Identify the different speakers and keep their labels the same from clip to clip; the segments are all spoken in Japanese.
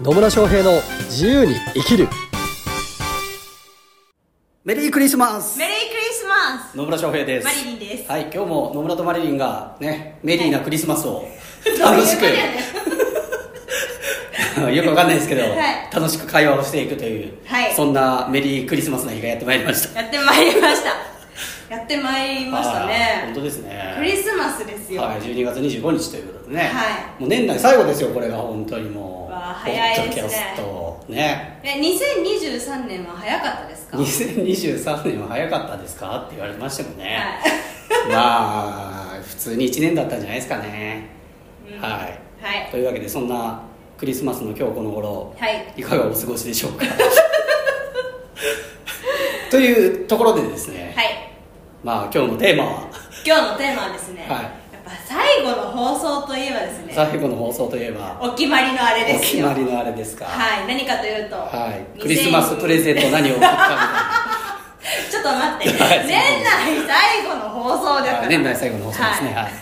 Speaker 1: 野村翔平の自由に生きるメリークリスマス
Speaker 2: メリークリスマス
Speaker 1: 野村翔平です
Speaker 2: マリリンです
Speaker 1: はい今日も野村とマリリンがねメリーなクリスマスを
Speaker 2: どう
Speaker 1: 楽
Speaker 2: いう
Speaker 1: し
Speaker 2: ことやね
Speaker 1: く
Speaker 2: ん
Speaker 1: よくわかんないですけど、
Speaker 2: はい
Speaker 1: 楽しく会話をしていくという、
Speaker 2: はい
Speaker 1: そんなメリークリスマスの日がやってまいりました
Speaker 2: やってまいりましたやってまいりまし
Speaker 1: あー
Speaker 2: た
Speaker 1: 本
Speaker 2: ね
Speaker 1: 当ですね
Speaker 2: クリスマスですよ、
Speaker 1: はい、12月25日ということでね、
Speaker 2: はい
Speaker 1: もう年内最後ですよこれが本当にもう
Speaker 2: わあ早いで
Speaker 1: ポッド
Speaker 2: すね
Speaker 1: キャストね
Speaker 2: え2023年は早かったですかはい
Speaker 1: 2023年は早かったですかって言われましてもね、まあ普通に1年だったんじゃないですかね、
Speaker 2: うん
Speaker 1: はい
Speaker 2: はい
Speaker 1: というわけでそんなクリスマスの今日この頃
Speaker 2: はい
Speaker 1: いかがお過ごしでしょうか というところでですね、
Speaker 2: はい
Speaker 1: まあ今日のテーマは
Speaker 2: 今日のテーマはですね、
Speaker 1: はい
Speaker 2: やっぱ最後の放送といえばですね
Speaker 1: 最後の放送といえば
Speaker 2: お決まりのあれ
Speaker 1: お
Speaker 2: です
Speaker 1: 決
Speaker 2: よ
Speaker 1: まりのあれですか
Speaker 2: はい何かというと、
Speaker 1: はい、
Speaker 2: 2000
Speaker 1: クリスマスプレゼント何を送ったみたい
Speaker 2: ちょっと待って、
Speaker 1: はい
Speaker 2: 年内最後の放送
Speaker 1: な
Speaker 2: だか
Speaker 1: は
Speaker 2: ら
Speaker 1: い年内最後の放送ですね、
Speaker 2: は
Speaker 1: はい
Speaker 2: い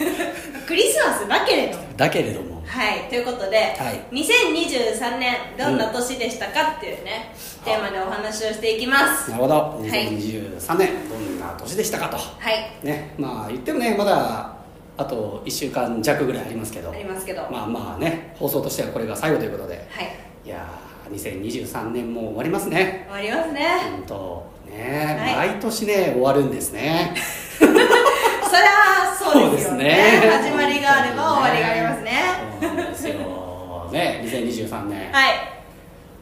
Speaker 2: クリスマスだけれども
Speaker 1: だけれども
Speaker 2: はい、ということで、
Speaker 1: はい
Speaker 2: 2023年どんな年でしたかっていう
Speaker 1: う
Speaker 2: ね、
Speaker 1: ん
Speaker 2: テーマでお話をしていきます
Speaker 1: なるほど
Speaker 2: い
Speaker 1: 2023年どんな年でしたかと
Speaker 2: はい
Speaker 1: ねまあ言ってもねまだあと1週間弱ぐらいありますけど
Speaker 2: ありますけど、
Speaker 1: まあまあね放送としてはこれが最後ということで
Speaker 2: はい
Speaker 1: いやー2023年もう終わりますね
Speaker 2: 終わりますね
Speaker 1: 本 当ね、
Speaker 2: はい
Speaker 1: 毎年ね終わるんですね
Speaker 2: それはそうですよね始まりがあれば終わりがありますね
Speaker 1: そうなんですよね2023年、
Speaker 2: はい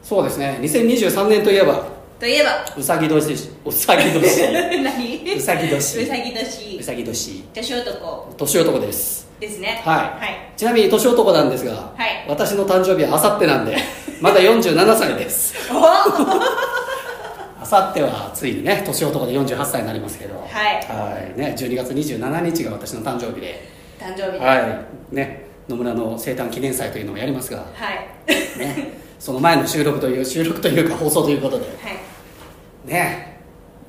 Speaker 1: そうですね2023年といえば
Speaker 2: といえば
Speaker 1: うさぎ年うさぎ 年
Speaker 2: 何
Speaker 1: うさぎ年
Speaker 2: うさぎ
Speaker 1: う
Speaker 2: 年
Speaker 1: さぎ年
Speaker 2: 年男
Speaker 1: 年男です
Speaker 2: ですね
Speaker 1: はい、ちなみに年男なんですが、
Speaker 2: はい
Speaker 1: 私の誕生日はあさってなん でまだ47歳です
Speaker 2: はい、
Speaker 1: あさってはついにね年男で48歳になりますけどはいね、12月27日が私の誕生日で、
Speaker 2: お誕生日はい、
Speaker 1: はいね、野村の生誕記念祭というのをやりますが、
Speaker 2: はい、
Speaker 1: ね、その前の収録という収録というか放送ということでね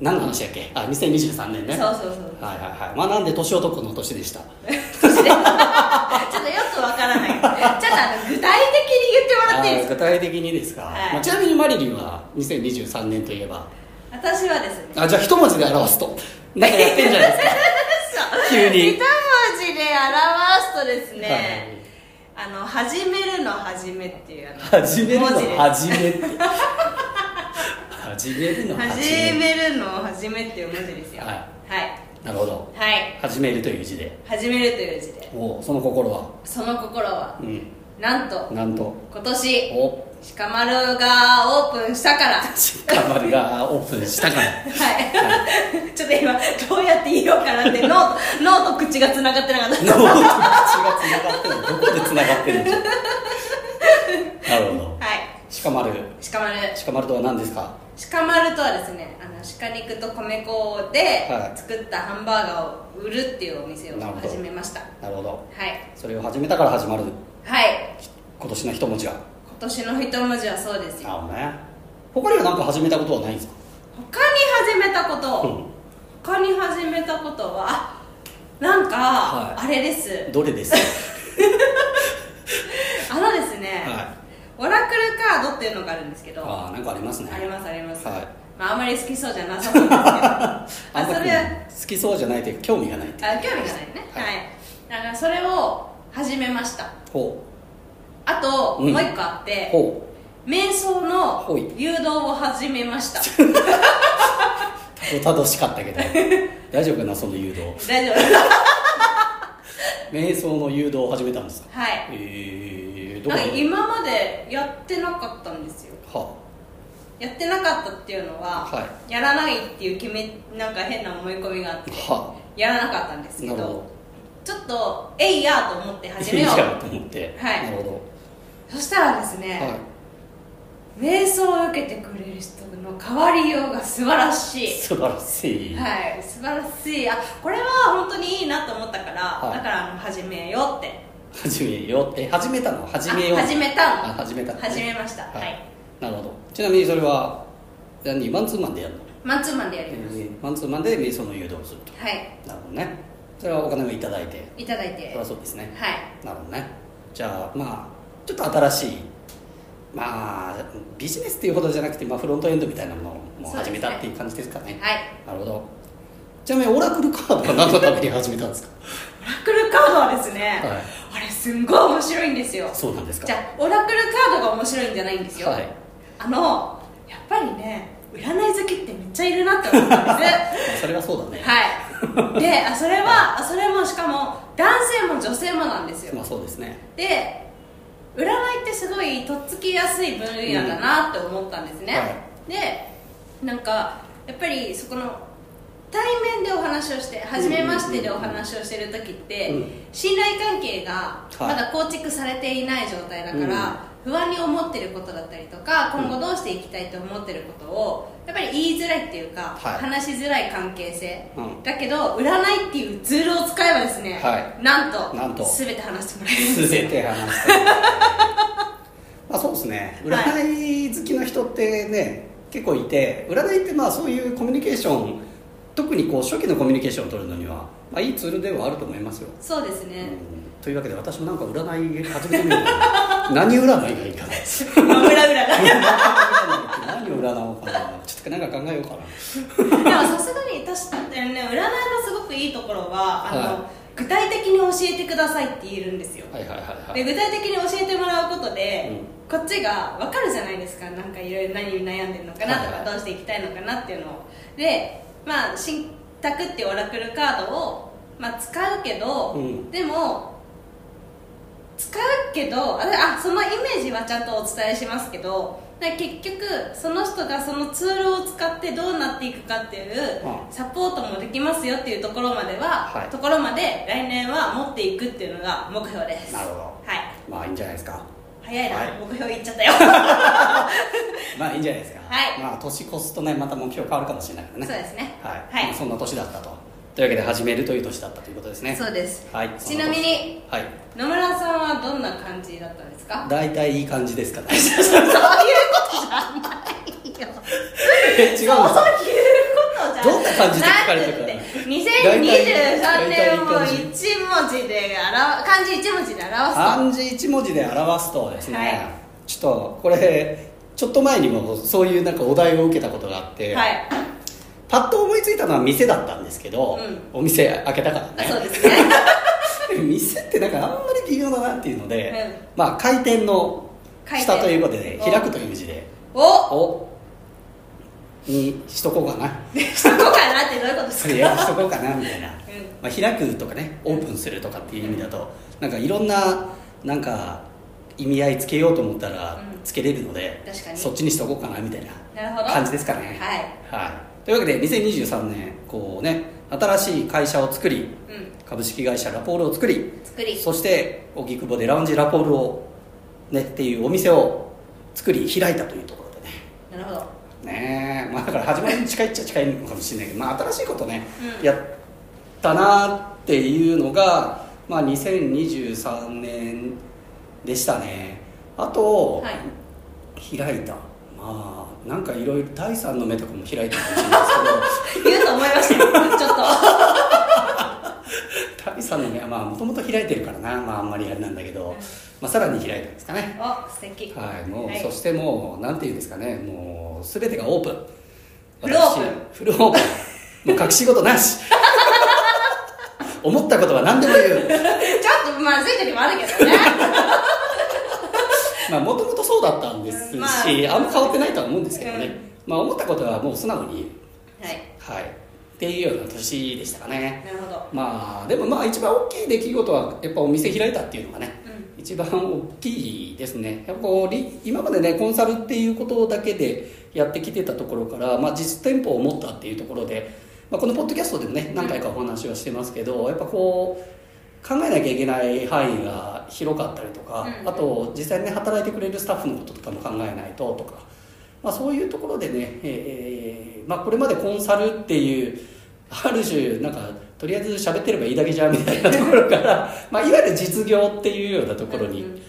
Speaker 1: 何の話だっけあ2023年ね
Speaker 2: そうそうそう
Speaker 1: はいはいはいまあなんで年男の年でした
Speaker 2: そして ちょっとよくわからないちょっとあの具体的に言ってもらっていいです
Speaker 1: あ
Speaker 2: か
Speaker 1: ー具体的にですか、
Speaker 2: はい
Speaker 1: まあ、ちなみにマリリンは2023年といえば
Speaker 2: 私はですね
Speaker 1: あじゃあ一文字で表すとなんかやってんじゃないですか 急に
Speaker 2: 二文字で表すとです ね、あの始めるの始めっていうあの
Speaker 1: 始めるの
Speaker 2: 文字です
Speaker 1: 始めって始めるの
Speaker 2: 始
Speaker 1: め
Speaker 2: めるの始めっていう文字ですよ
Speaker 1: はい
Speaker 2: はい、
Speaker 1: なるほど
Speaker 2: はい、
Speaker 1: 始めるという字で
Speaker 2: 始めるという字で
Speaker 1: おおその心は
Speaker 2: その心は
Speaker 1: うん
Speaker 2: なんと
Speaker 1: なんと
Speaker 2: 今年
Speaker 1: お
Speaker 2: 鹿丸がオープンしたからは
Speaker 1: ちっかまるがオープンしたから
Speaker 2: いちょっと今どうやって言おうかなって脳と脳と口がつながってなかった
Speaker 1: 脳と口がつながってるどこでつながってるんでしょうなるほど
Speaker 2: はい
Speaker 1: しかまる
Speaker 2: 鹿丸
Speaker 1: しかまるとは何ですか
Speaker 2: 鹿丸とはですねあの鹿肉と米粉で
Speaker 1: はい
Speaker 2: 作ったハンバーガーを売るっていうお店を
Speaker 1: なるほど
Speaker 2: 始めましたは
Speaker 1: なるほど
Speaker 2: い
Speaker 1: それを始めたから始まる
Speaker 2: はい
Speaker 1: 今年の一文字が
Speaker 2: 今年の一文字はそうですよ
Speaker 1: なるほどね他には何か始めたことはないんですか
Speaker 2: 他に始めたこと他に始めたことはあなんか、
Speaker 1: は
Speaker 2: あれです
Speaker 1: どれですか
Speaker 2: あのですね、
Speaker 1: はい
Speaker 2: オラクルカードっていうのがあるんですけど
Speaker 1: あ
Speaker 2: あ
Speaker 1: あなんかありますね
Speaker 2: りますあります、
Speaker 1: はい
Speaker 2: まあ、あんまり好きそうじゃなさそ うですけどあ
Speaker 1: あんま
Speaker 2: そ
Speaker 1: り
Speaker 2: れあ
Speaker 1: 好きそうじゃないというか興味がないっていう
Speaker 2: 興味がないね
Speaker 1: は
Speaker 2: はいい、だからそれを始めました
Speaker 1: ほ
Speaker 2: あと、
Speaker 1: うん
Speaker 2: もう一個あっ
Speaker 1: う
Speaker 2: て
Speaker 1: ほ
Speaker 2: 瞑想の
Speaker 1: ほい
Speaker 2: 誘導を始めました
Speaker 1: うたどしかった けど大丈夫かなその誘導
Speaker 2: 大丈夫です
Speaker 1: 瞑想の誘導を始めたんですか
Speaker 2: はい
Speaker 1: えー、ど
Speaker 2: な
Speaker 1: こ
Speaker 2: んか
Speaker 1: で
Speaker 2: 今までやってなかったんですよ
Speaker 1: は
Speaker 2: やってなかったっていうのは、
Speaker 1: は
Speaker 2: やらないっていう決めなんか変な思い込みがあって
Speaker 1: は
Speaker 2: やらなかったんですけ
Speaker 1: な
Speaker 2: ど
Speaker 1: るほど
Speaker 2: ちょっとえいやと思って始めよ
Speaker 1: いいや
Speaker 2: う
Speaker 1: と思って、
Speaker 2: はい
Speaker 1: なるほ
Speaker 2: そしたらですね
Speaker 1: ど、、は
Speaker 2: 瞑想を受けてくれる人の変わりようが素晴らし
Speaker 1: い、
Speaker 2: い
Speaker 1: 素晴らしい、
Speaker 2: はい素晴らしいあこれは本当にいいなと思ったから、
Speaker 1: はい
Speaker 2: だからあの始めようって
Speaker 1: 始めようえ始めたの始めよう
Speaker 2: あ始めた
Speaker 1: あ
Speaker 2: の
Speaker 1: 始めたの
Speaker 2: 始めました
Speaker 1: は
Speaker 2: はいい、
Speaker 1: なるほどちなみにそれは何マンツーマンでやるの、
Speaker 2: マンツーマンでやります、
Speaker 1: えーマンツーマンで瞑想の誘導をすると
Speaker 2: は
Speaker 1: なるほどねそれはお金をいただいて
Speaker 2: いいただい
Speaker 1: そ
Speaker 2: て
Speaker 1: れ
Speaker 2: は
Speaker 1: はいそうですねなるほどねじゃあまあちょっと新しいまあビジネスっていうほどじゃなくて、まあ、フロントエンドみたいなものも始めたっていう感じですかね
Speaker 2: はい
Speaker 1: なるほどちなみにオラクルカードは何のために始めたん ですか
Speaker 2: オラクルカードはですね、
Speaker 1: はい
Speaker 2: あれすんごい面白いんですよ
Speaker 1: そうなんですか
Speaker 2: じゃあオラクルカードが面白いんじゃないんですよ、
Speaker 1: はい
Speaker 2: あのやっぱりね占い好きってめっちゃいるなって思ったんで す
Speaker 1: まあそれはそうだね、
Speaker 2: はいであそれはあそれもしかも男性も女性もなんですよ
Speaker 1: まあそうですね
Speaker 2: で占いってすごいとっつきやすい分野だなって思ったんですね、
Speaker 1: うんは
Speaker 2: でなんかやっぱりそこの対面でお話をして初めましてでお話をしてる時って、
Speaker 1: うん
Speaker 2: 信頼関係が
Speaker 1: はい
Speaker 2: まだ構築されていない状態だから、不安に思ってることだったりとか今後どうしていきたいと思ってることをやっぱり言いづらいっていうか、
Speaker 1: はい
Speaker 2: 話しづらい関係性、
Speaker 1: うん
Speaker 2: だけど占いっていうツールを使えばですね、
Speaker 1: は
Speaker 2: なんと
Speaker 1: なんと
Speaker 2: 全て話してもらえるんですよ
Speaker 1: 全て話 してまあそうですね占い好きの人ってね、結構いて占いってまあそういうコミュニケーション特にこう初期のコミュニケーションを取るのには、まあ、いいツールではあると思いますよ、
Speaker 2: そうです
Speaker 1: う
Speaker 2: ね、
Speaker 1: ん、というわけで私もなんか占い始めてみようかな 何占いがいいかな
Speaker 2: う裏裏がでも
Speaker 1: 何を占おうかなちょっとなんか考えようかな
Speaker 2: さすがに私ね占いのすごくいいところはあの、
Speaker 1: は
Speaker 2: 具体的に教えてくださいって言えるんですよ、
Speaker 1: はいはいはい
Speaker 2: で
Speaker 1: はい
Speaker 2: 具体的に教えてもらうことで、こっちが分かるじゃないですかなんかいろいろ何に悩んでるのかなとか、
Speaker 1: はいはい
Speaker 2: どうしていきたいのかなっていうのをでまあ信託っていうオラクルカードを、まあ、使うけど、
Speaker 1: うん
Speaker 2: でも使うけどああそのイメージはちゃんとお伝えしますけどだから結局その人がそのツールを使ってどうなっていくかっていう
Speaker 1: う
Speaker 2: サポートもできますよっていうところまでは、
Speaker 1: はい
Speaker 2: ところまで来年は持っていくっていうのが目標です
Speaker 1: なるほど
Speaker 2: はい
Speaker 1: まあいいんじゃないですか
Speaker 2: 早いな、
Speaker 1: はい
Speaker 2: 目標言っちゃったよそ
Speaker 1: まあいいんじゃないですか
Speaker 2: はい
Speaker 1: まあ年越すとねまた目標変わるかもしれないから ね
Speaker 2: うですね
Speaker 1: はい、
Speaker 2: はい
Speaker 1: まあそんな年だったとというわけで始めるという年だったということですね
Speaker 2: そうです
Speaker 1: はい
Speaker 2: ちなみに
Speaker 1: その年はい
Speaker 2: 野村さんはどんな感じだったんで すか
Speaker 1: 大体いい感じですか ね
Speaker 2: そういうことじゃないよ
Speaker 1: え違うの
Speaker 2: そういうことじゃ
Speaker 1: どんな感じで聞かれてるかな
Speaker 2: だって2023年をもう
Speaker 1: 大体
Speaker 2: 1文字で表漢字1文字で表
Speaker 1: 漢字一文字で表すとですね、
Speaker 2: はい
Speaker 1: ちょっとこれちょっと前にもそういうなんかお題を受けたことがあっ
Speaker 2: す
Speaker 1: て、
Speaker 2: とはい
Speaker 1: パッと思いついたのは店だったんですけど、
Speaker 2: うん
Speaker 1: お店開けたから
Speaker 2: あ
Speaker 1: ね
Speaker 2: そうで すね
Speaker 1: 店ってなんかあんまり微妙だなっていうので、
Speaker 2: うん
Speaker 1: まあ回転の下
Speaker 2: 回転
Speaker 1: ということで
Speaker 2: お
Speaker 1: 開くという字で「
Speaker 2: お
Speaker 1: お」にしとこうかな
Speaker 2: そこかなってどういうことです
Speaker 1: そ
Speaker 2: か
Speaker 1: れやしとこうかなみたいな、
Speaker 2: う
Speaker 1: まあ、開くとかねオープンするとかっていう意味だとなんかいろんななんか意味合いつけようと思ったら
Speaker 2: うん
Speaker 1: つけれるので、
Speaker 2: 確かに
Speaker 1: そっちにしとこうかなみたいな
Speaker 2: なるほど
Speaker 1: 感じですかねはい、というわけで2023年こうね新しい会社を作り
Speaker 2: はいうん
Speaker 1: 株式会社ラポールを作り
Speaker 2: 作り
Speaker 1: そして荻窪でラウンジラポールをねっていうお店を作り開いたというところでね
Speaker 2: なるほど
Speaker 1: ねえまあだから始まりに近いっちゃ近いのかもしれないけど、まあ、新しいことね、
Speaker 2: うん
Speaker 1: やったなっていうのが、まあ、2023年でしたねあと、
Speaker 2: はい
Speaker 1: 開いたまあなんかいろいろ第三の目とかも開いたかもしれない
Speaker 2: 言うと思いましたよち ょっと
Speaker 1: です けど第三の目はまあもともと開いてるからな、まあ、あんまりあれなんだけど、まあ、さらに開いたんですかね
Speaker 2: お素敵
Speaker 1: はい、もう、
Speaker 2: はい
Speaker 1: そしてもう、なんていうんですかね、もう、すべてがオープン。
Speaker 2: フルオープン
Speaker 1: 私。フルオープン。もう隠し事なし。思ったことは何でも言う。
Speaker 2: ちょっとまずい時もあるけどね
Speaker 1: まあ、もともとそうだったんですし、
Speaker 2: まあ
Speaker 1: あ、んま変わってないとは思うんですけどね。
Speaker 2: うん
Speaker 1: まあ、思ったことはもう素直に、
Speaker 2: はい
Speaker 1: はい。っていうような年でしたかね。
Speaker 2: なるほど
Speaker 1: まあ、でもまあ、一番大きい出来事は、やっぱお店開いたっていうのがね。
Speaker 2: うん
Speaker 1: 一番大きいですねやっぱこうり今までねコンサルっていうことだけでやってきてたところから、まあ、実店舗を持ったっていうところで、まあ、このポッドキャストでもね何回かお話はしてますけどやっぱこう考えなきゃいけない範囲が広かったりとか、
Speaker 2: うん
Speaker 1: あと実際にね働いてくれるスタッフのこととかも考えないととか、まあ、そういうところでね、えーまあ、これまでコンサルっていうある種なんかとりあえず喋ってればいいだけじゃんみたいなところ から、まあ、いわゆる実業っていうようなところ
Speaker 2: うんうん
Speaker 1: に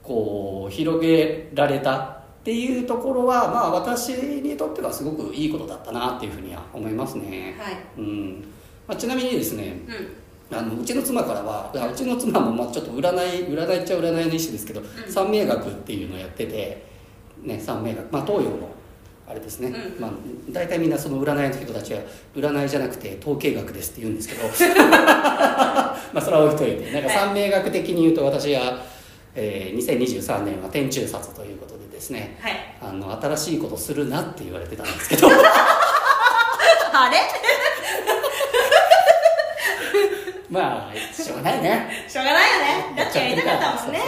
Speaker 1: こう広げられたっていうところは、まあ、私にとってはすごくいいことだったなっていうふうには思いますね、
Speaker 2: はい
Speaker 1: うんまあ、ちなみにですね
Speaker 2: うん
Speaker 1: あのうちの妻からはあうちの妻もまあちょっと占い占いっちゃ占いの一種ですけど、
Speaker 2: ん
Speaker 1: 三名学っていうのをやっててね、3名が、まあ、東洋のあれですね、
Speaker 2: うん
Speaker 1: まあ、大体みんなその占いの人たちは占いじゃなくて統計学ですって言うん ですけどまあそれは置いといてなんか
Speaker 2: はい
Speaker 1: 三名学的に言うと私は、えー2023年は天中殺ということでですね
Speaker 2: はい
Speaker 1: あの新しいことするなって言われてたんですけど
Speaker 2: あれ
Speaker 1: まあしょうがないね
Speaker 2: しょうがないよねだってやりたかったもんね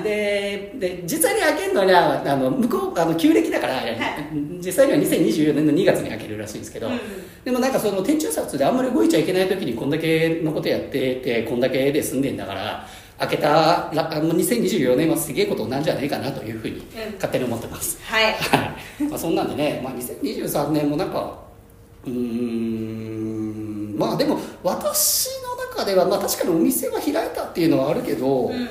Speaker 1: でで実際に開けるのはあの向こうあの旧暦だから、実際には2024年の2月に開けるらしいんですけど、
Speaker 2: うん
Speaker 1: でもなんかその天中殺であんまり動いちゃいけない時にこんだけのことやっててこんだけで済んでんだから開けたらあの2024年はすげえことなんじゃねえかなというふうに
Speaker 2: うん
Speaker 1: 勝手に思ってます、
Speaker 2: はい
Speaker 1: はいまあそんなんでね、まあ、2023年もなんかうーんまあでも私の中では、まあ、確かにお店は開いたっていうのはあるけど、
Speaker 2: うん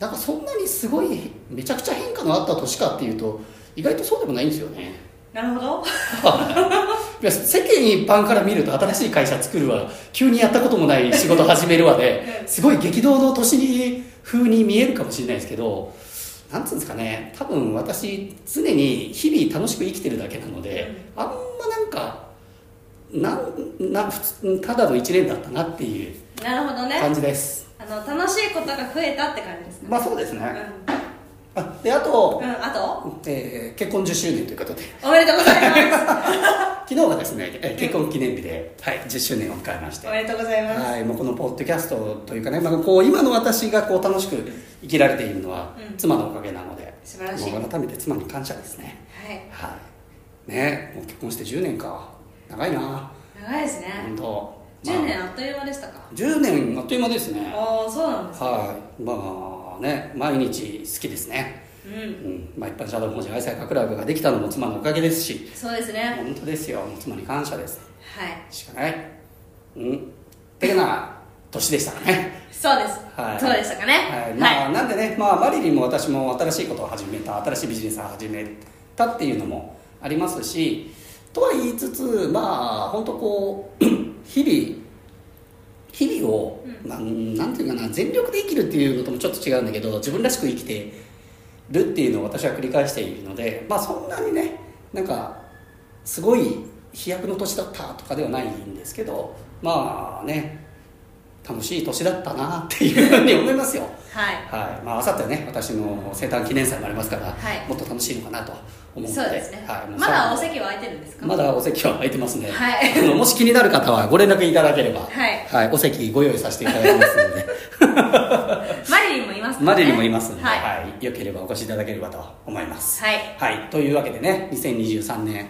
Speaker 1: なんかそんなにすごいめちゃくちゃ変化のあった年かっていうと意外とそうでもないんですよね
Speaker 2: なるほど
Speaker 1: いや世間一般から見ると新しい会社作るわ急にやったこともない仕事始めるわで
Speaker 2: うん
Speaker 1: すごい激動の年に風に見えるかもしれないですけどなんつうんですかね多分私常に日々楽しく生きてるだけなのであんまなんかなんなん普通ただの一年だったなっていう
Speaker 2: なるほどね
Speaker 1: 感じです
Speaker 2: あの楽しいことが増えたって感じですね、
Speaker 1: まあそうですね
Speaker 2: う
Speaker 1: あであと、
Speaker 2: ん、うん、あと
Speaker 1: えー結婚10周年ということで
Speaker 2: おめでとうござい ま
Speaker 1: 昨日はですね、えー結婚記念日で、はい、10周年を迎えまし
Speaker 2: す
Speaker 1: て
Speaker 2: おめでとうございます、
Speaker 1: はい、もうこのポッドキャストというかね、まあ、こう今の私がこう楽しく生きられているのは
Speaker 2: うん
Speaker 1: 妻のおかげなので、
Speaker 2: 素晴らしい
Speaker 1: もう
Speaker 2: はい
Speaker 1: 改めて妻に感謝ですねはいねもう結婚して10年か長いな
Speaker 2: 長いですね
Speaker 1: 本当
Speaker 2: 10年
Speaker 1: ま
Speaker 2: あっという間でしたか
Speaker 1: あ、10年あっという間ですね
Speaker 2: ああそうなんですね
Speaker 1: はいまあね毎日好きですね、
Speaker 2: う
Speaker 1: うんんまあ、一般社団法人愛妻家クラブができたのも妻のおかげですし
Speaker 2: そうですね
Speaker 1: 本当ですよもう妻に感謝です
Speaker 2: はい
Speaker 1: しかないうんてな年でしたかね
Speaker 2: そうです、
Speaker 1: はい
Speaker 2: そうでしたかね
Speaker 1: はい
Speaker 2: はい、
Speaker 1: まあ、なんでね、まあ、マリリンも私も新しいことを始めた新しいビジネスを始めたっていうのもありますしとは言いつつまあ本当こう 日々日々を、なんなんていうかな全力で生きるっていうのともちょっと違うんだけど自分らしく生きてるっていうのを私は繰り返しているのでまあそんなにねなんかすごい飛躍の年だったとかではないんですけどまあね楽しい年だったなっていうふうに思いますよ
Speaker 2: はい
Speaker 1: はいまあ明後日はね私の生誕記念祭もありますから、
Speaker 2: はい
Speaker 1: もっと楽しいのかなと思うので
Speaker 2: そうですね、
Speaker 1: はい、もう
Speaker 2: まだお
Speaker 1: さ
Speaker 2: 席は空いてるんですか
Speaker 1: まだお席は空いてますね、
Speaker 2: はい
Speaker 1: あのもし気になる方はご連絡いただければ、
Speaker 2: はい
Speaker 1: お席ご用意させていただきますので
Speaker 2: マリリンもいますから
Speaker 1: マ
Speaker 2: ね
Speaker 1: リリンもいますので、
Speaker 2: はい、は
Speaker 1: はいよければお越しいただければと思います
Speaker 2: い、
Speaker 1: はい、というわけでね2023年、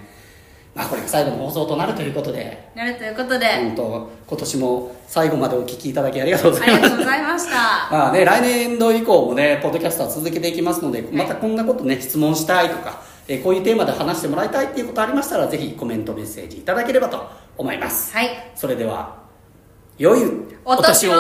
Speaker 1: まあ、これが最後の放送となるということで、
Speaker 2: なるということで、
Speaker 1: 本当今年も最後までお聞きいただきありがとうござ
Speaker 2: あ
Speaker 1: い
Speaker 2: り
Speaker 1: ま
Speaker 2: が
Speaker 1: し
Speaker 2: とうございました た
Speaker 1: まあね、来年度以降もねポッドキャストは続けていきますのでまたこんなことね質問したいとか、えーこういうテーマで話してもらいたいっていうことありましたらぜひコメントメッセージいただければと思います
Speaker 2: はい
Speaker 1: それでは良い
Speaker 2: お年を